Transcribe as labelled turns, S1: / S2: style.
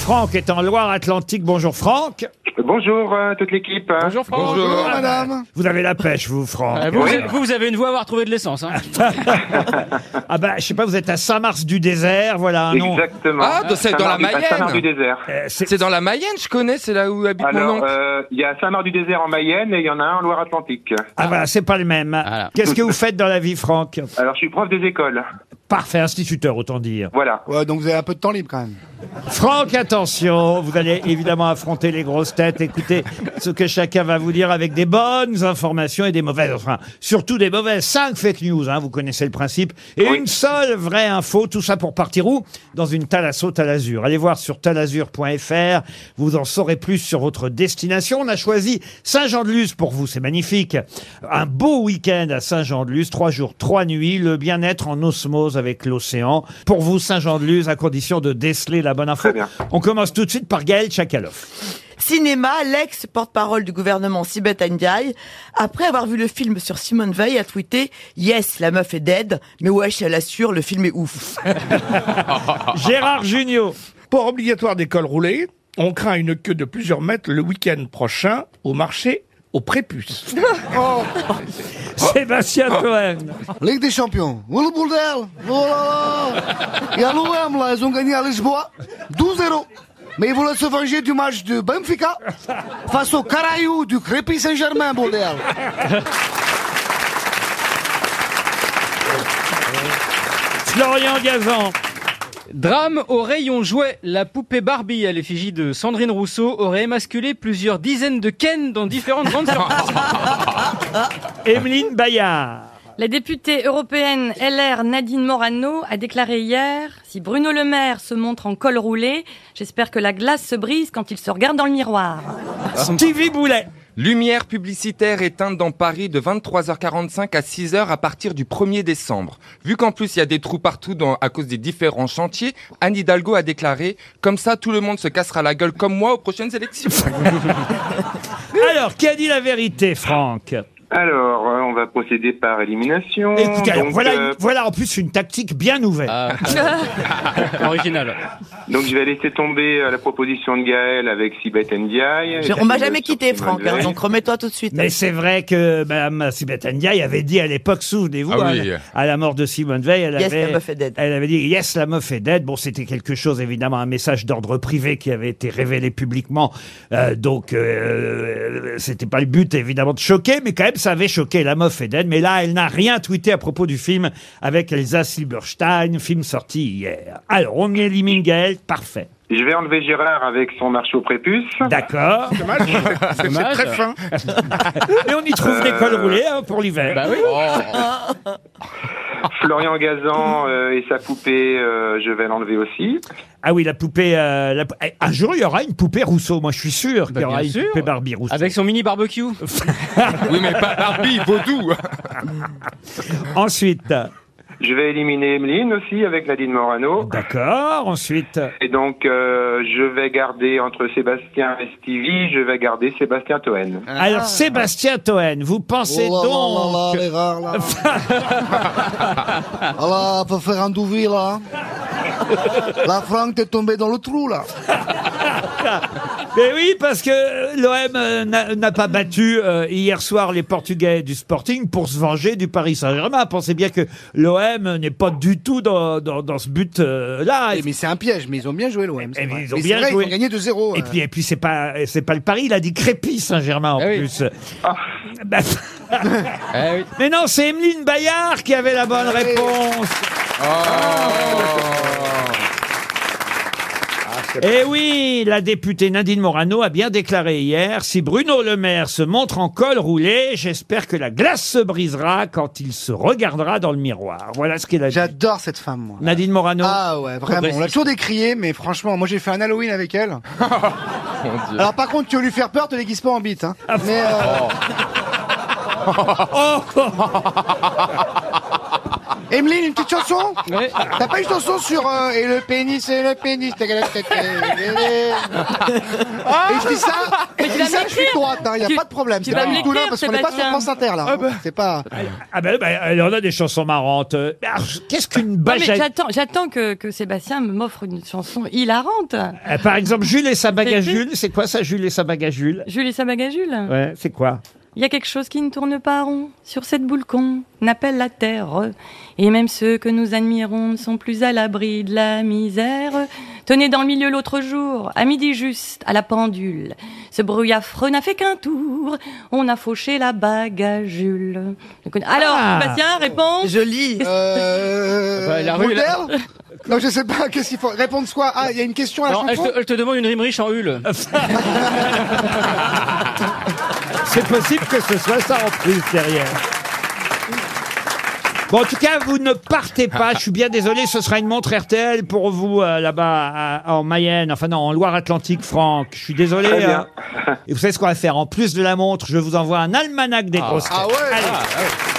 S1: Franck est en Loire-Atlantique. Bonjour Franck.
S2: Bonjour euh, toute l'équipe.
S3: Bonjour Franck.
S4: madame.
S1: Vous avez la pêche, vous, Franck.
S3: Euh, Ah, vous,
S2: Oui.
S3: vous, vous avez une voix à avoir trouvé de l'essence. Hein.
S1: Ah bah, je sais pas, vous êtes à Saint-Mars-du-Désert, voilà un nom.
S2: Exactement.
S5: Ah, de- c'est dans la
S2: Saint-Marc- à Saint-Marc
S5: Mayenne.
S2: du désert.
S1: Euh, c'est-
S5: C'est dans la Mayenne, je connais, c'est là où habite mon
S2: Alors,
S5: oncle.
S2: euh, il y a Saint-Marc du désert en Mayenne et il y en a un en Loire-Atlantique.
S1: Ah voilà, c'est pas le même.
S3: Voilà.
S1: Qu'est-ce que vous faites dans la vie, Franck
S2: Alors, je suis prof des écoles.
S1: Parfait instituteur, autant dire.
S2: Voilà.
S4: Ouais, donc vous avez un peu de temps libre quand même.
S1: Franck, attention, vous allez évidemment affronter les grosses têtes, écoutez ce que chacun va vous dire avec des bonnes informations et des mauvaises, enfin, surtout des mauvaises. Cinq fake news, hein, vous connaissez le principe, et
S2: Oui.
S1: une seule vraie info, tout ça pour partir où Dans une Thalasso Talazur. Allez voir sur talazur.fr, vous en saurez plus sur votre destination. On a choisi Saint-Jean-de-Luz pour vous, c'est magnifique. Un beau week-end à Saint-Jean-de-Luz, trois jours, trois nuits, le bien-être en osmose avec l'océan. Pour vous, Saint-Jean-de-Luz, à condition de déceler la bonne info.
S2: Très bien.
S1: On commence tout de suite par Gaël Chakalov.
S6: Cinéma, l'ex porte-parole du gouvernement Sibeth Ndiaye, après avoir vu le film sur Simone Veil, a tweeté « Yes, la meuf est dead, mais wesh, elle assure, le film est ouf
S1: Gérard Junior.
S7: Port obligatoire des cols roulés, on craint une queue de plusieurs mètres le week-end prochain au marché au prépuce.
S1: Sébastien Toen.
S4: Ligue des champions. Oh le bordel Oh là là Et à l'OM, là, ils ont gagné à Lisboa 12-0. Mais ils voulaient se venger du match de Benfica face au Carayou du Crépy Saint-Germain, bordel.
S1: Florian Gazan.
S3: Drame au rayon jouet. La poupée Barbie à l'effigie de Sandrine Rousseau aurait émasculé plusieurs dizaines de Ken dans différentes grandes surfaces.
S1: Emeline Bayard.
S8: La députée européenne LR Nadine Morano a déclaré hier Si Bruno Le Maire se montre en col roulé, j'espère que la glace se brise quand il se regarde dans le miroir.
S1: Stevie Boulet.
S5: Lumière publicitaire éteinte dans Paris de 23h45 à 6h à partir du 1er décembre. Vu qu'en plus il y a des trous partout dans- à cause des différents chantiers, Anne Hidalgo a déclaré « Comme ça, tout le monde se cassera la gueule comme moi aux prochaines élections.
S1: Alors, qui a dit la vérité, Franck
S2: Alors, euh, on va procéder par élimination.
S1: Écoutez, alors,
S2: donc,
S1: voilà,
S2: euh,
S1: une- voilà en plus une tactique bien nouvelle.
S3: Ah, original.
S2: donc, je vais laisser tomber euh, la proposition de Gaël avec Sibeth Ndiaye.
S6: Je- !» On m'a jamais quitté, Franck, hein,
S2: Malgré.
S6: donc remets-toi tout de suite.
S1: Mais c'est vrai que Mme Sibeth Ndiaye avait dit à l'époque, souvenez-vous,
S5: Ah
S1: à,
S5: oui.
S1: la- à la mort de Simone Veil, elle,
S6: Yes,
S1: avait,
S6: la meuf est dead.
S1: elle avait dit Yes, la meuf est dead. Bon, c'était quelque chose, évidemment, un message d'ordre privé qui avait été révélé publiquement. Euh, donc, euh, c'était pas le but, évidemment, de choquer, mais quand même, ça avait choqué la meuf est dead. Mais là, elle n'a rien tweeté à propos du film avec Elsa Silberstein, film sorti hier. Alors, on élimine Gaël, parfait.
S2: Je vais enlever Gérard avec son marche au prépuce.
S1: D'accord.
S7: Dommage, c'est- c'est
S3: Dommage.
S7: très fin.
S1: Et on y trouve des cols roulés hein, pour l'hiver.
S3: Bah oui.
S2: Florian Gazan euh, et sa poupée, euh, je vais l'enlever aussi.
S1: Ah oui, la poupée. euh, la pou- eh, Un jour, il y aura une poupée Rousseau. Moi, je suis sûr qu'il y
S3: Bah,
S1: aura
S3: bien
S1: une
S3: sûr.
S1: poupée Barbie Rousseau.
S3: Avec son mini barbecue.
S5: Oui, mais pas Barbie, vaudou
S1: Ensuite, euh,
S2: Je vais éliminer Emeline aussi avec Nadine Morano.
S1: d'accord. Ensuite, euh,
S2: Et donc, euh, je vais garder entre Sébastien et Stevie, je vais garder Sébastien Toen.
S1: alors Sébastien Toen, vous pensez
S4: oh là
S1: donc
S4: là là là, les rares, là. ah là, faut faire un douvi, là. La Franck, t'es tombé dans le trou, là.
S1: Mais oui, parce que l'OM euh, n'a- n'a pas battu euh, hier soir les Portugais du Sporting pour se venger du Paris Saint-Germain. Pensez bien que l'OM n'est pas du tout dans, dans, dans ce euh, but-là.
S4: Eh, Mais c'est un piège, mais ils ont bien joué l'OM.
S1: Eh, mais ils ont
S4: c'est
S1: bien
S4: vrai,
S1: joué.
S4: Ils ont gagné euh. de 0
S1: et puis, et puis c'est pas, c'est pas le Paris. Il a dit Crépi Saint-Germain en
S3: Ah oui.
S1: plus. Bah,
S3: Eh oui.
S1: Mais non, c'est Emeline Bayard qui avait la bonne réponse. Oh. Ah, Eh oui, la députée Nadine Morano a bien déclaré hier, si Bruno Le Maire se montre en col roulé, j'espère que la glace se brisera quand il se regardera dans le miroir. Voilà ce qu'elle a dit.
S4: J'adore cette femme, moi.
S1: Nadine Morano.
S4: Ah ouais, vraiment. On l'a toujours décrié, mais franchement, moi j'ai fait un Halloween avec elle. Alors par contre, tu veux lui faire peur, te déguise pas en bite. Hein.
S8: Ah.
S4: Mais euh,
S1: Oh, oh,
S4: Emeline, une petite chanson
S3: Ouais.
S4: T'as pas une chanson sur euh, Et le pénis, et le pénis t'as- t'as- t'as- t'as- Et je dis ça,
S8: Ah. Mais
S4: je
S8: tu
S4: dis
S8: vas
S4: ça, je suis
S8: m'écrire.
S4: droite, hein, y a
S8: Tu-
S4: pas de problème.
S8: tu
S4: C'est
S8: vas
S4: pas du tout là,
S8: m'écrire,
S4: parce qu'on est pas sur
S8: Sébastien. bah.
S4: France Inter, là. C'est pas...
S1: Ah ben, ben, elle en a des chansons marrantes. Euh, mais alors, Qu'est-ce qu'une
S8: Non, mais
S1: bajette
S8: j'attends, j'attends que, que Sébastien m'offre une chanson hilarante.
S1: Euh, Par exemple, Jules et sa bagajule. C'est quoi ça, Jules et sa bagajule
S8: Julie Sabagajule.
S1: Ouais, c'est quoi
S8: Il y a quelque chose qui ne tourne pas rond sur cette boule qu'on appelle la terre. Et même ceux que nous admirons ne sont plus à l'abri de la misère. Tenez dans le milieu l'autre jour, à midi juste, à la pendule. Ce bruit affreux n'a fait qu'un tour. On a fauché la bagajule. Je connais- Alors,
S1: Ah.
S8: Sébastien, réponse.
S6: Joli.
S4: Euh...
S3: Bah, la rue, là.
S4: Boulder Non, je sais pas, qu'est-ce qu'il faut Répondre quoi Ah, il y a une question à la
S3: Non, elle
S4: chanson
S3: te, elle te demande une rime riche en hule.
S1: C'est possible que ce soit ça en plus derrière. Bon, en tout cas, vous ne partez pas. Je suis bien désolé, ce sera une montre RTL pour vous euh, là-bas à- en Mayenne, enfin non, en Loire-Atlantique, Franck. Je suis désolé.
S2: Très bien.
S1: hein. Et vous savez ce qu'on va faire En plus de la montre, je vous envoie un almanach des grosses têtes.
S4: Ah ouais
S1: Allez.